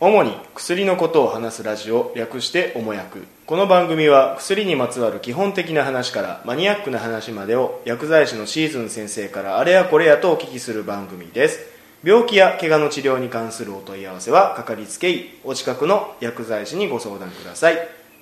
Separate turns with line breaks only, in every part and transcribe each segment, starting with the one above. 主に薬のことを話すラジオ略しておもやくこの番組は薬にまつわる基本的な話からマニアックな話までを薬剤師のシーズン先生からあれやこれやとお聞きする番組です病気や怪我の治療に関するお問い合わせはかかりつけ医お近くの薬剤師にご相談ください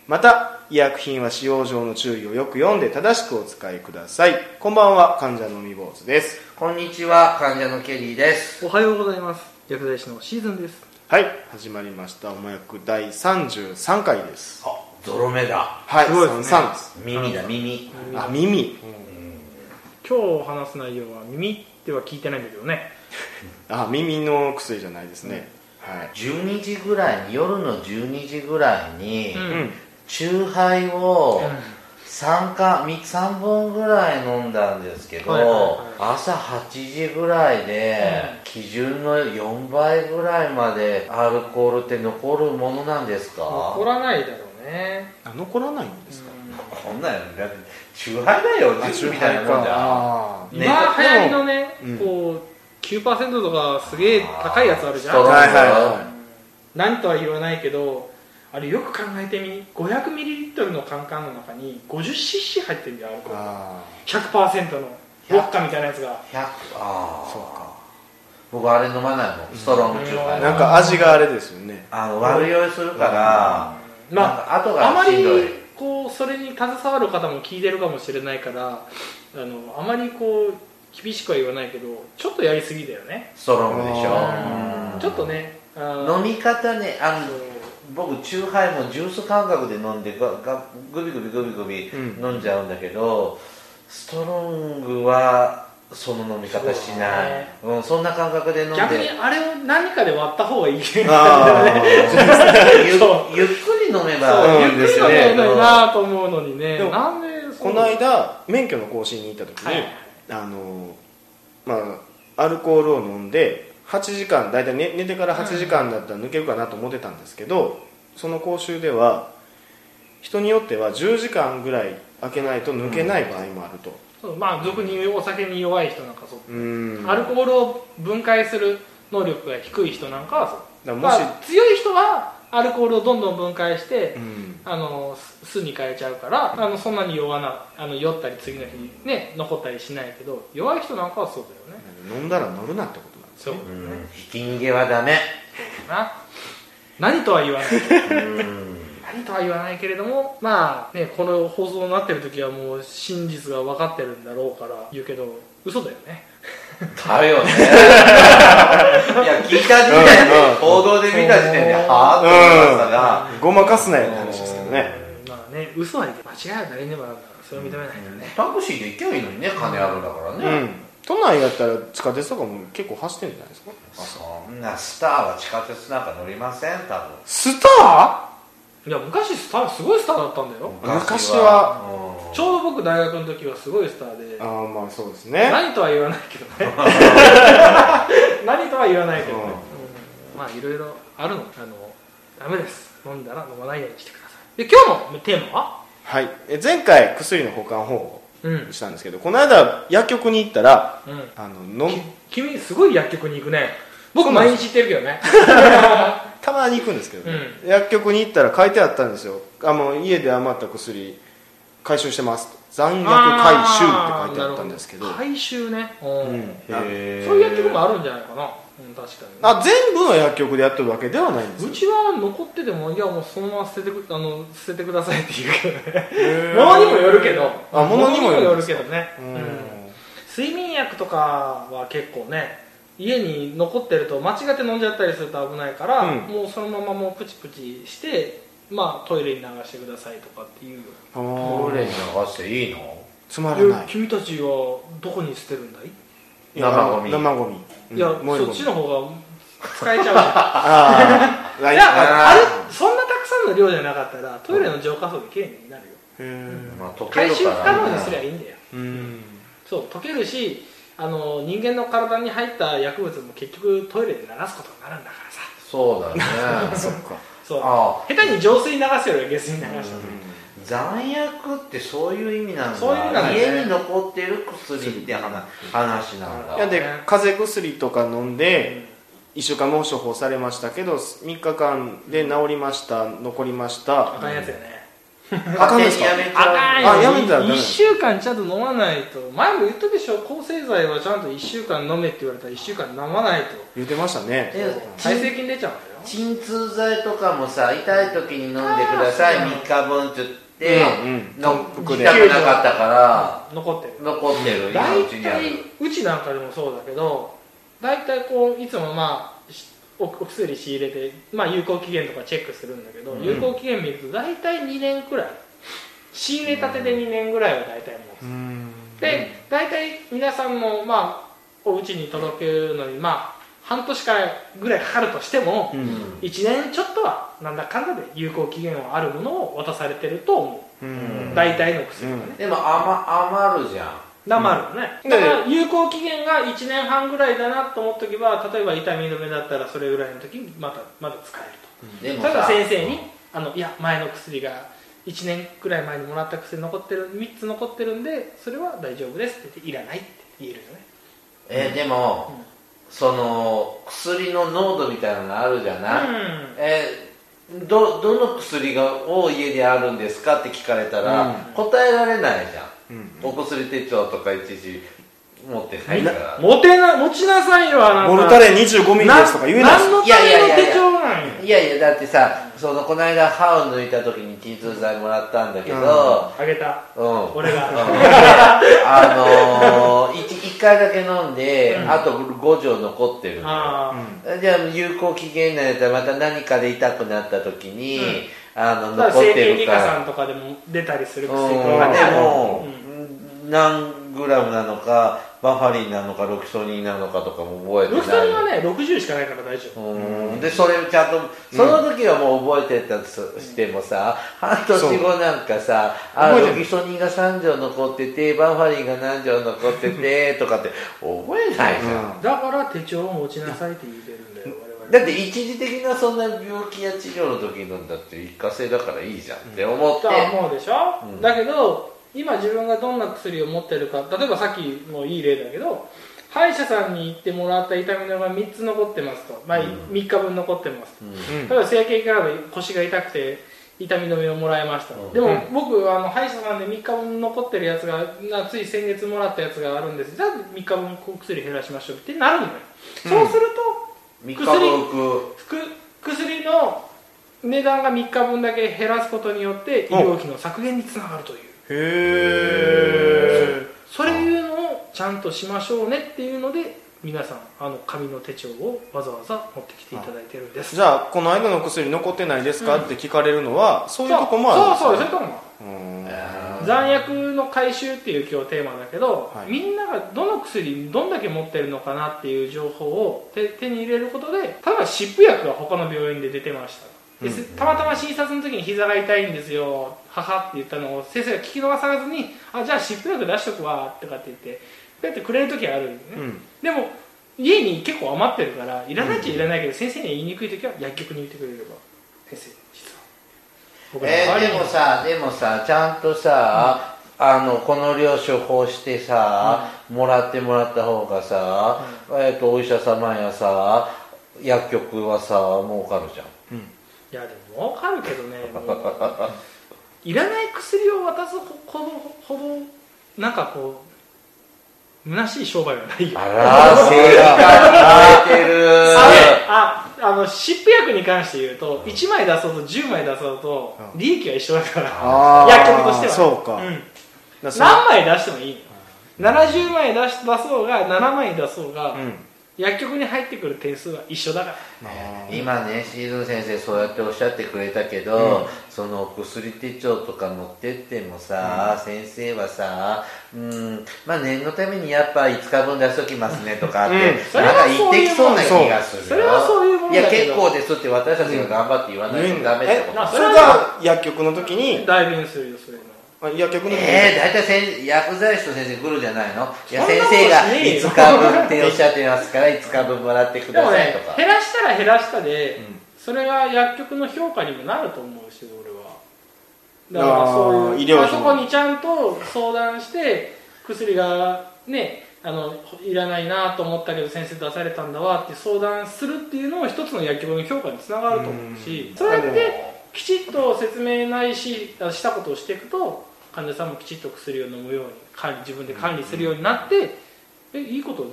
また医薬品は使用上の注意をよく読んで正しくお使いくださいこんばんは患者のみ坊主です
こんにちは、患者のケリーです。
おはようございます薬剤師のシーズンです
はい始まりましたおもやく第33回です
あ、ゾロ目だ。
はい
すごいですね
33です
耳だ、耳。
あ耳
今日話す内容は耳では聞いてないんだけどね
あ耳の薬じゃないですね、はい
12時ぐらいに、夜の12時ぐらいに、
う
うん
チューハイを
うん
3か、み三本ぐらい飲んだんですけど、
はいはいはい
朝8時ぐらいで、基準の4倍ぐらいまでアルコールって残るものなんですか
残らないだろうね
あ残らないんですか、
こんなんよ、だってチューハイだよ、
あ
ジューみたいなもんじゃん。
あー
ね
今流行りのね
でもうん
こう9%とかすげえ高いやつあるじゃ
あー
ん
そう
はいはいは
何とは言わないけどあれよく考えてみ 500ml のカンカンの中に 50cc 入ってるんだよアル
い
コール
あ
100%のウォッカみたいなやつが
100ああ
そうか
僕あれ飲まないもんストロングチューハ
ー
イ
なんか味があれですよね
あの悪酔いするから、
ま
あ後
あま
がし
り
んどい
こうそれに携わる方も聞いてるかもしれないからあのあまりこう厳しくは言わないけどちょっとやりすぎだよね、
ストロングでし
あ
ょうん
ちょっとねあ
飲み方ねあの
そう
僕チューハイもジュース感覚で飲んでががグビグビグビグビ
うん
飲んじゃうんだけど、ストロングはその飲み方しないう、ん、そんな感覚で飲んで
逆にあれを何かで割った方がいいけど
あ
ゆ
そ
ゆっくり飲め
そう
ば
ゆっくり飲めないのになと思うのにね
でも
なんで
ー
そ う
この間免許の更新に行った時に、
はい
あのーまあアルコールを飲んで8時間大体寝寝てから8時間だったら抜けるかなと思ってたんですけど、その講習では人によっては10時間ぐらい開けないと抜けない場合もあると、
そうまあ俗に言うお酒に弱い人なんかそ
う
う
ん
アルコールを分解する能力が低い人なんかはそ
だ
う
から
ま
もし、
あ、強い人はアルコールをどんどん分解して、
うん
あのす酢に変えちゃうからあのそんなに酔わなあの酔ったり次の日に、ね、残ったりしないけど弱い人なんかはそうだよね
飲んだら乗るなってことなんです
そう
ね
だ
うんひき逃げはダメ
な何とは言わない
うん
何とは言わないけれどもまあねこの放送になってる時はもう真実が分かってるんだろうから言うけど嘘だよね
だよねい
うんうん
や聞いた時点で報道で見た時点ではあって思いましたが
ごまかすなよって話ですけどね
まあね嘘はいい間違いは誰にでもあるからそれを認めないからね、
タクシーで行けばいいのにね金あるんだから
う
ね、
ん都内やったら地下鉄とかも結構走ってるんじゃないですか
そんなスターは地下鉄なんか乗りません多分
スター
いや昔スターすごいスターだったんだよ、
昔は
うん
ちょうど僕大学の時はすごいスターで
ああまあそうですね
何とは言わないけ どね何とは言わないけどね、うんまあいろいろあるのあのダメです飲んだら飲まないようにしてくださいで今日のテーマは
はいえ前回薬の保管方法
うん、う
をしたんですけどこの間薬局に行ったら
ん、
あの飲
き
む
君すごい薬局に行くね僕
そうなん
毎
で
日行ってるけどね
たまに行くんですけどね、薬局に行ったら書いてあったんですよあもう家で余った薬回収してます残薬回収って書いてあったんですけど
あーなるほ回収ね、うん
うん
あ
へー
そういう薬局もあるんじゃないかな、うん、確かに
あ全部の薬局でやってるわけではないんです
う
よ
ちは残っててもいやもうそのまま捨ててくあの捨ててくださいって言うけどね
も
物にもよるけど
あ物にもよるんです
けどね、
う
うん
ん
睡眠薬とかは結構ね家に残ってると間違って飲んじゃったりすると危ないから、
うん
もうそのままもうプチプチしてまあトイレに流してくださいとかっていうよ
あー
トイレに流していいの
つまら
いや
ない
君たちはどこに捨てるんだい、
いや
生ゴミ
生ゴミうん
いや
燃える
そ
ゴ
っ
ミ
ちの方が使えちゃ うじゃん
あ あ
いやあ
あー
れそんなたくさんの量じゃなかったらトイレの浄化層できれいになるよ
へえ
まあ溶け
回
る
収
か
不可能
ら
にすりゃ
ね
いいんだよ
うん
そう溶けるしあの人間の体に入った薬物も結局トイレで流すことになるんだからさ
そうだね
そっか
そう
あ
下手に浄水流すよりは下水流した
うん残薬ってそういう意味なんだ
そういう意味なんだね
家に残ってる薬って話話なん
いや
だ
で風邪薬とか飲んで1週間も処方されましたけど3日間で治りました残りました
あかんやつやね
あかんですか
勝手にやめち
あ
ゃう
あや
かん
めたらダメ
1週間ちゃんと飲まないと前も言ったでしょ抗生剤はちゃんと1週間飲めって言われたら1週間飲まないと
言ってましたね
え
耐性菌出ちゃうんだよ
鎮痛剤とかもさ痛い時に飲んでください
あ
3
ー
日分って言って
うんうん
飲
うん
みたくなかったから
残ってる
残ってる今
大
うちにあ
体
る
うちなんかでもそうだけど大体こういつもまあしおお薬仕入れて、まあ、有効期限とかチェックするんだけど、
うん
有効期限見ると大体2年くらい仕入れたてで2年ぐらいは大体もう、
うん
で大体皆さんもまあお家に届けるのにまあ半年からぐらいかかるとしても、
うん
1年ちょっとはなんだかんだで有効期限はあるものを渡されてると思
う
う、
ん
大体の薬がね、
うん
でも余余るじゃん
黙るよね、
うん
だから有効期限が1年半ぐらいだなと思っとけば例えば痛み止めだったらそれぐらいの時にまたまだ使え
で
る
も
とただ
さ
先生にあのいや前の薬が1年くらい前にもらった薬残ってる3つ残ってるんでそれは大丈夫ですって言っていらないって言えるよね
えでも
うん
その薬の濃度みたいなのがあるじゃ
う
ない
ん
えどどの薬がを家であるんですかって聞かれた
うん
ら答えられないじゃん
うん
お薬手帳とかいちいち持ってないから
持てな持ちなさいよあなた
モルタレン25ミリですとか言えないです
何の
いやいやいやい
ための
や
手帳なんよ
いやいやだってさそのこの間歯を抜いた時に鎮痛剤もらったんだけど
あげた
うん、うん
俺が
あのー、1, 回だけ飲んで、
うん
あと5錠残ってるのよ
ああ
じゃあ有効期限内だったらまた何かで痛くなった時に、あの
だから
残っ
整
て
形
る
外
か
科さ
ら
んとかでも出たりす
う
る
ん
薬とか
で
ね
も、
う
何グラムなのかバファリンなのかロキソニンなのかとかも覚えてない
ロキソニンはね60しかないから大丈夫
うんでそれちゃんとその時はもう覚えてたとしてもさ、半年後なんかさあ
覚えて
ロ
る
キソニンが3錠残っててバファリンが何錠残っててとかって覚えないじゃん、
だから手帳を持ちなさいって言ってるんだよ我々
だって一時的なそんな病気や治療の時のだって一過性だからいいじゃんって思って、
とは思うでしょ、
うん
だけど今自分がどんな薬を持ってるか例えばさっきもいい例だけど歯医者さんに行ってもらった痛みのが3つ残ってますと、まあ、
うん
3日分残ってます
うん
例えば整形外科で腰が痛くて痛み止めをもらいました、
うん
で
う
も
ん
僕あの歯医者さんで3日分残ってるやつがなつい先月もらったやつがあるんですじゃあ3日分こう薬減らしましょうってなるのよ、
うん
そうする
三日分
と服薬の値段が3日分だけ減らすことによって医療費の削減につながるという
へえ
そういうのをちゃんとしましょうねっていうので皆さんあの紙の手帳をわざわざ持ってきていただいてるんです
じゃあこの間の薬残ってないですか、
うん
って聞かれるのはそういうとこもある
そ
ん
うそうそういう
ですね
とこもある
うん
あー
残薬の回収っていう今日テーマだけど、
はい
みんながどの薬どんだけ持ってるのかなっていう情報を手手に入れることで例えば湿布薬が他の病院で出てましたで
うん
たまたま診察の時に膝が痛いんですよ母って言ったのを先生が聞き逃さずにあじゃあ湿布薬出しとくわとかって言ってこうやってくれる時あるよね、
うん
でも家に結構余ってるからいらないっちゃいらないけど、先生には言いにくい時は薬局に言ってくれれば先生実は僕の代
え
わ
ー
りに
でもさでもさちゃんとさ、あのこの量処方してさ、もらってもらった方がさ、えー、とお医者様やさ薬局はさ儲かるじゃん
いやでも儲かるけどねもういらない薬を渡すほどほどなんかこう虚しい商売はないよ
あら 正解超えてる
あああの湿布薬に関して言うと1枚出そうと10枚出そうと
うん
利益は一緒だから
あー
薬局としては
そうか,、
うん
だその
何枚出してもいいの70枚出し出そうが7枚出そうが、
うん
薬局に入ってくる点数は一緒だから
あー
今ねシーズン先生そうやっておっしゃってくれたけど、その薬手帳とか持ってってもさ、先生はさうんまあ念のためにやっぱ5日分出しときますねとかって、
うん
それ
な
は
んか言ってきそうな気
そういうもん
がするよ
それはそういうもんだ
や
けど
結構ですって私たちが頑張って言わないとダメってこと
うん
え
な
だ、
それが薬局の時に
代弁するよそれの
あ薬局の時に、
えー、大体先薬剤師と先生来るじゃないのいや
そん
先
なこと
生が
しねえよ
5日分っておっしゃってますから5日分もらってく
で
だ
も
さい
ね
とか、
減らしたら減らしたで、
うん
それが薬局の評価にもなると思うし俺はだか
あ
ら
ー
そういう
医療費も
あそこにちゃんと相談して薬がねあのいらないなと思ったけど先生出されたんだわって相談するっていうのも一つの薬局の評価につながると思うし
うん
そうやっ
あ
て
でも
きちっと説明ないしあしたことをしていくと患者さんもきちっと薬を飲むように管理自分で管理するようになって、えいいこと、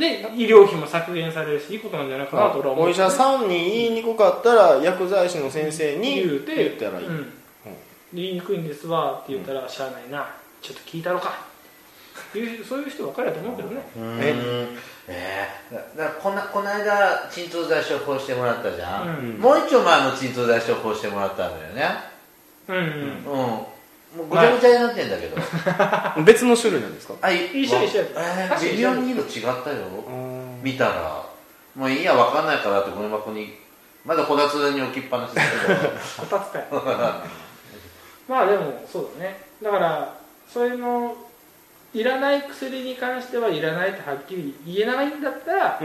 ね、医療費も削減されるしいいことなんじゃないかなと俺は思う
お医者さんに言いにくかったら薬剤師の先生に
言うて
言ったらいい、
うん言いにくいんですわって言ったら、しゃあないなちょっと聞いたろかいうそういう人分かると思うけどね
うーんねえだだこなこの間鎮痛剤処方してもらったじゃん、
うん
もう一丁前も鎮痛剤処方してもらったんだよね
うん、
うんもうぐちゃぐちゃになってんだけど、
別の種類なんですか
あい
一緒一緒
えー
確かに
微妙に色違ったよ
うん
見たらもういいやわかんないからってゴミ箱にまだこたつに置きっぱなしだけ
こたつか い
ど
まあでもそうだねだからそういうのいらない薬に関してはいらないってはっきり言えないんだったら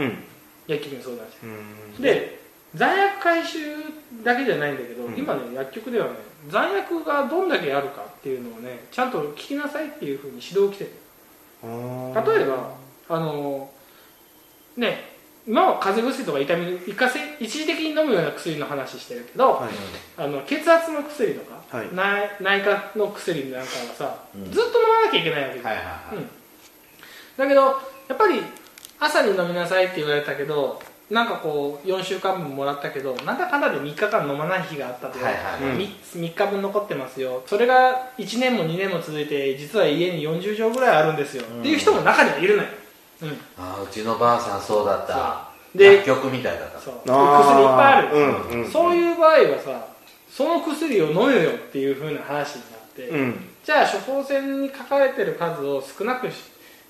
薬局に相談して
うん
で残薬回収だけじゃないんだけど、
うん
今ね薬局ではね残薬がどんだけあるかっていうのをねちゃんと聞きなさいっていうふうに指導来てる
あー
例えばあのね今は風邪薬とか痛み一過性一時的に飲むような薬の話してるけど、
はい
あの血圧の薬とか、
はい
内内科の薬なんかはさ、
うん
ずっと飲まなきゃいけないわけじゃん
はいはいはい、
うんだけどやっぱり朝に飲みなさいって言われたけどなんかこう4週間分もらったけどなんだかんだで3日間飲まない日があったと
はいはい
はい
3, 日分残ってますよそれが1年も2年も続いて実は家に40錠ぐらいあるんですよ、
うん
っていう人も中にはいるのよ、うん、
あーうちのばあさんそうだった
で
薬局みたいだった
そう薬いっぱい
あ
あ
ー
る、
うんうん
そういう場合はさその薬を飲めよっていう風な話になって、
うん
じゃあ処方箋に書かれてる数を少なくし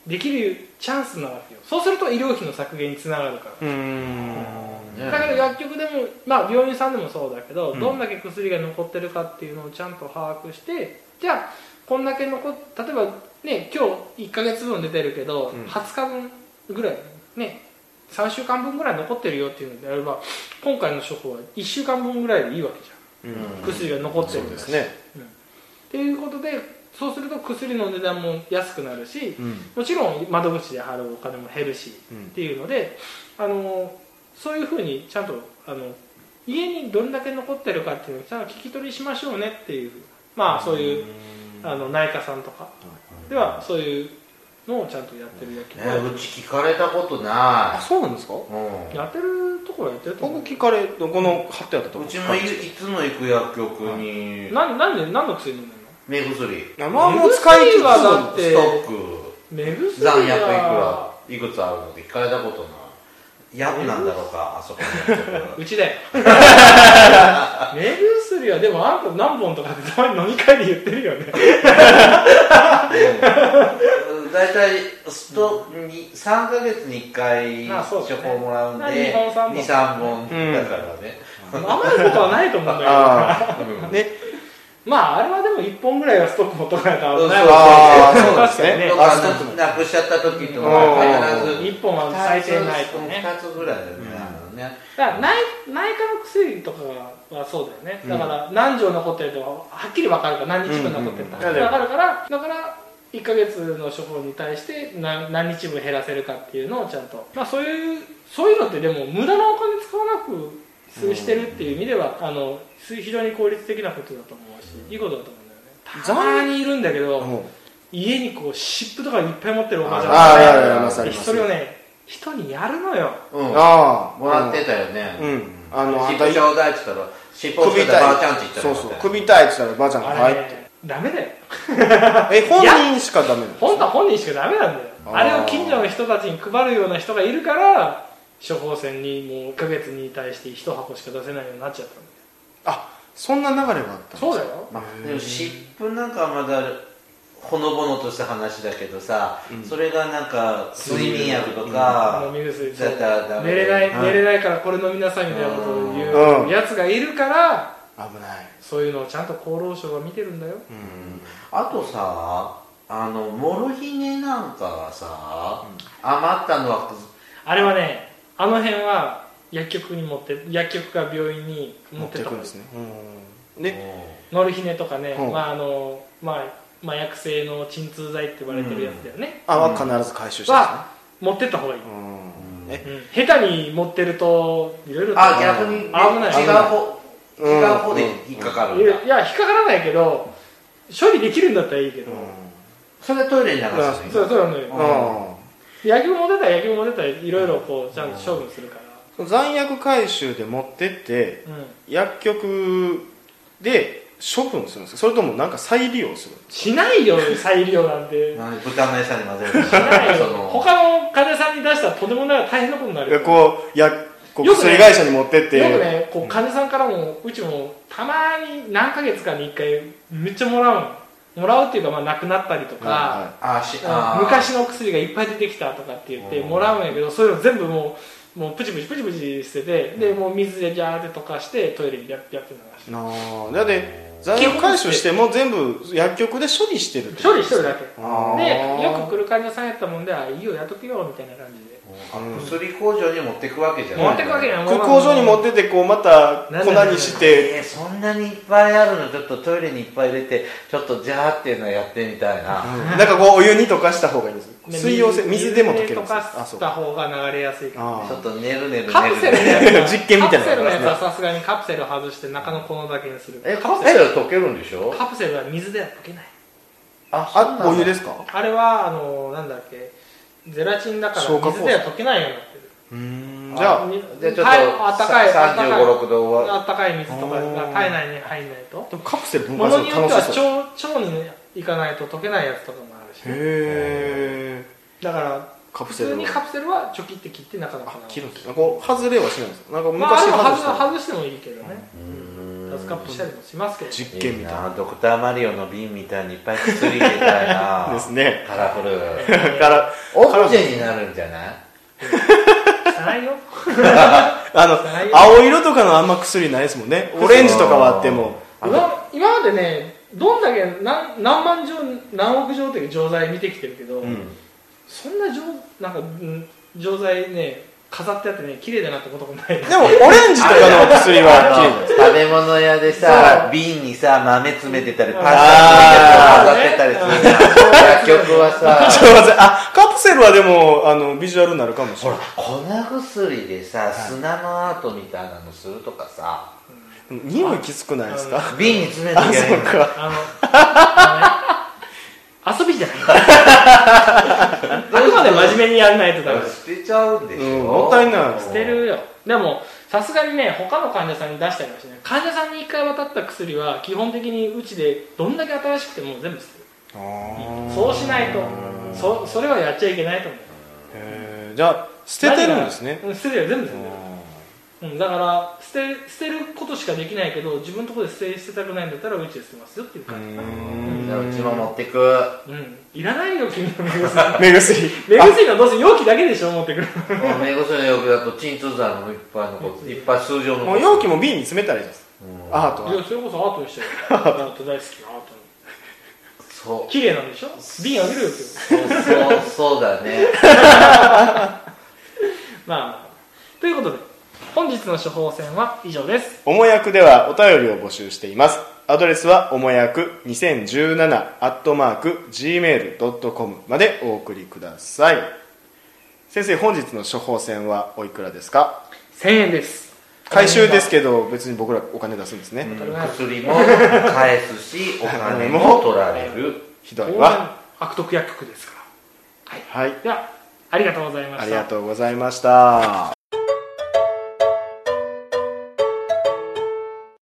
できるチャンスなわけよそうすると医療費の削減につながるから、
うん
うん
だから薬局でも、まあ、病院さんでもそうだけど、
うん
どんだけ薬が残ってるかっていうのをちゃんと把握してじゃあこんだけ残っ例えばね今日1ヶ月分出てるけど、
うん
20日分ぐらいね3週間分ぐらい残ってるよっていうのであれば今回の処方は1週間分ぐらいでいいわけじゃ
うん
ん薬が残って
そう
るか
で
ら
すね
っていうことでそうすると薬の値段も安くなるし
うん
もちろん窓口で払うお金も減るし
うん
っていうのであのそういうふうにちゃんとあの家にどれだけ残ってるかっていうのをちゃんと聞き取りしましょうねっていうまあそういうあの内科さんとかではそういうのをちゃんとやってる
ね
焼き
うち聞かれたことな
そうなんですか
い、うん
やってるところはやってると思
僕
う
聞かれこの貼ってあったとこ
うちもいいつも行く薬局に
ななんで何の薬飲んでんの
目薬
あまあもう使い切
目薬はだっ
っ
で
ストック
目薬は
残薬いくらいくつあるのって聞かれたことない薬なんだろう かあそこの薬局
うちだよ目薬はでもあんた何本とかってたまに飲み会で言ってるよね
うん大体ストに3か月に1回
まあそう
処
だね
方もらうん
二
で
本三本
23本
うん
だからね、
甘いことはないと思うんだけど
あ
うん
ね
まああれはでも1本ぐらいはストック持っとかないと危ない
そう
あーそうで
確
す
かに
ね
ね
とかなくしちゃった時とか必ず
1本は最低ないとね
2つぐらいだよね、あのね
だから内内科の薬とかはそうだよねだから何錠残ってるとはっきり分かるから何日分残ってると
うんうん
分かるからだから1ヶ月の処方に対して何何日分減らせるかっていうのをちゃんと、まあ、そういうそういうのってでも無駄なお金使わなくすしてるっていう意味では、あのす非常に効率的なことだと思うし、いいことだと思うんだよねたまにいるんだけど、
うん
家にこう湿布とかいっぱい持ってるおばちゃん
ああいやいやいや
が
まさ
ね
に
でそれをね人にやるのよ
うん
ああ
もらってたよね
うんあのあん
尻
た
尾ちょうだいって言ったら尻尾
首
つけ
痛い
たばあちゃんって言った
そ
ら
うそう首痛いって言ったらばあちゃんが
あ
入
れ、
っ
ね
て
ダメだよ
え本人しかダメなの
本当は本人しかダメなんだよ
あ
あ
ー
れを近所の人たちに配るような人がいるから処方箋にもう1ヶ月に対して1箱しか出せないようになっちゃったんだよ
あそんな流れがあった
そうだ
よ
よ
まあ、でも湿布なんかはまだほのぼのとした話だけどさ、それがなんか睡眠薬と
飲
か、
み薬
だったらダメ
寝れない、
うん
寝れないからこれ飲みなさいみたいなことを言
うん
うやつがいるから
危ない
そういうのをちゃんと厚労省が見てるんだよ
うん
あとさあのモルヒネなんかがさ、余ったのは
あれはねあの辺は薬局に持って薬局か病院に持
持
っ
ってて
た
く
方
ん
が
で
いい
すねうんで
うん
ノルヒネとかね、
うん
まああのまあまあ、薬性の鎮痛剤って言われてるやつだよね、
あは必ず回収して
は持ってった方がいい、
う
うん
んね
下手に持ってるといろいろと
あ逆に、ね、
危ない
違う方
うん
違う方で引っかかるんだ、
いや引っかからないけど処理できるんだったらいいけど、
それトイレに流すの
うん
そうそうなの
う
よ
んうん
野球も出たら野球も出たらいろいろこうちゃんと処分するか
その残薬回収で持ってって
ら、うん、
薬局で処分するんですかそれともなんか再利用する
しないよ再利用なんて
なんで豚の餌に混ぜるし
な い
そ
よ
の
他の患者さんに出したらとんでもない大変なことになる
え
よ
こう薬こう
よくね
薬会社に持ってって
よくねこう患者さんからもうちもたまに何ヶ月かに1回めっちゃもらうのもらうっていうかまあなくなったりとか、
は
あし
う
あ
ん昔の薬がいっぱい出てきたとかって言ってもらうんやけどそういうの全部もうもうプチプチプチプチ捨ててでもう水でギャーって溶かしてトイレにやって流し
いはいなあだって残薬回収しても全部薬局で処理してるってて
処理してるだけ
あー
でよく来る患者さんやったもんであいいよやっとくよみたいな感じで
あの薬工場に持ってくわけじゃない
持ってくわけじゃない
工場に持っててこうまた粉にして
えーそんなにいっぱいあるのちょっとトイレにいっぱい入れてちょっとジャーっていうのやってみたいな、
うんなんかこうお湯に溶かした方がいいんです
で
水溶性水でも溶けるん
水で溶
です
か
あそ
し
う
た方が流れやすいから
あ
ちょっ
ー
とねるねるねるね
カプセルのやつは
実験みたいな
カプセルの
や
や
つ
つ
ね
はさすがにカプセル外して中の粉だけにする
えカプセルは溶けるんでしょ
カプセルは水では溶けない
あそうなん
あ
だ
お湯ですか
あれはあのなんだっけゼラチンだから
消化酵素
水では溶けないようになってる
うん
じ
じ
ゃ
ゃ
あ
あ
じゃあちょっと、
はいあったかいあったかい
35、6度は
あったかい水とかが体内に入んないと
でもカプセル分
も
解す
の
る
に
の
よっては
楽しそうへ
腸腸に行かないと溶けないやつとかもあるし
え
だから
カプ
普
セ
通
ル
にカプセルはチョキって切って中の
あ
粉を
切るんですねこう外れはしないんですかなんか
まあ、あ
昔
れも
外
外
し
した外してもいいけどね
うん
ラスカップしたりもしますけど
実
い
験み
い
たいな
なドクターマリオの瓶みたいにいっぱい薬入れたい な
ですね
カラフ
だ
ル
から
オブジェになるんじゃない
汚いよ
あの青色とかのあんま薬ないですもんねオレンジとかは あっても
あの
今今までねどんだけ何何万錠何億錠という錠剤見てきてるけど、
うん
そんな錠なんかうん錠剤ね飾ってあってね綺麗だなってこともない
でもオレンジとかの薬は綺麗なん
あ
で
の食べ物屋でさ瓶にさ豆詰めてたりパン
あ
タ詰めてたり飾ってたりするじゃん薬局は さ
すすいませんあカプセルはでもあのビジュアルになるかもし
ほ
れ
ら
ない
粉薬でさ砂のアートみたいなのするとかさ
匂いきつくないですか
瓶に詰めて
あそうか
あのあのね遊びじゃないあくまで真面目にやらないとダメです
捨てちゃうんでしょ、
うんもったいない
捨てるよでもさすがにね他の患者さんに出したりはしない患者さんに1回渡った薬は基本的にうちでどんだけ新しくても全部捨てる
あー
そうしないとそそれはやっちゃいけないと思う
へーじゃあ捨ててるんですね
何がうん捨てるよ全部捨
う
てるよ
ん
うん、だから捨て捨てることしかできないけど自分のところで捨て捨てたくないんだったらうちで捨てますよっていう
う
感
じゃあうち
ん
も持ってく
じ、うんいらないよ君の目薬
目薬
目薬のどうせ容器だけでしょ持ってくる
もう目薬の容器だと鎮痛剤もいっぱい残っていっぱい数錠
あ
残
もう容器も瓶に詰めたらいいです
うん
アート
いや
は
それこそアートにしてるア ート大好きアート
そう
綺麗なんでしょ瓶あげるよ今日
そうそうそうだね
まあ、ということで、本日の処方箋は以上です。
おもやくではお便りを募集していますアドレスはおもやく2017アットマーク gmail.com までお送りください先生本日の処方箋はおいくらですか
1000円です。
回収ですけど別に僕らお金出すんですね、
薬も返すしお金も取られる
ひ
ど
どいわ
悪徳薬局ですから。
はい
では、ありがとうございました。
ありがとうございました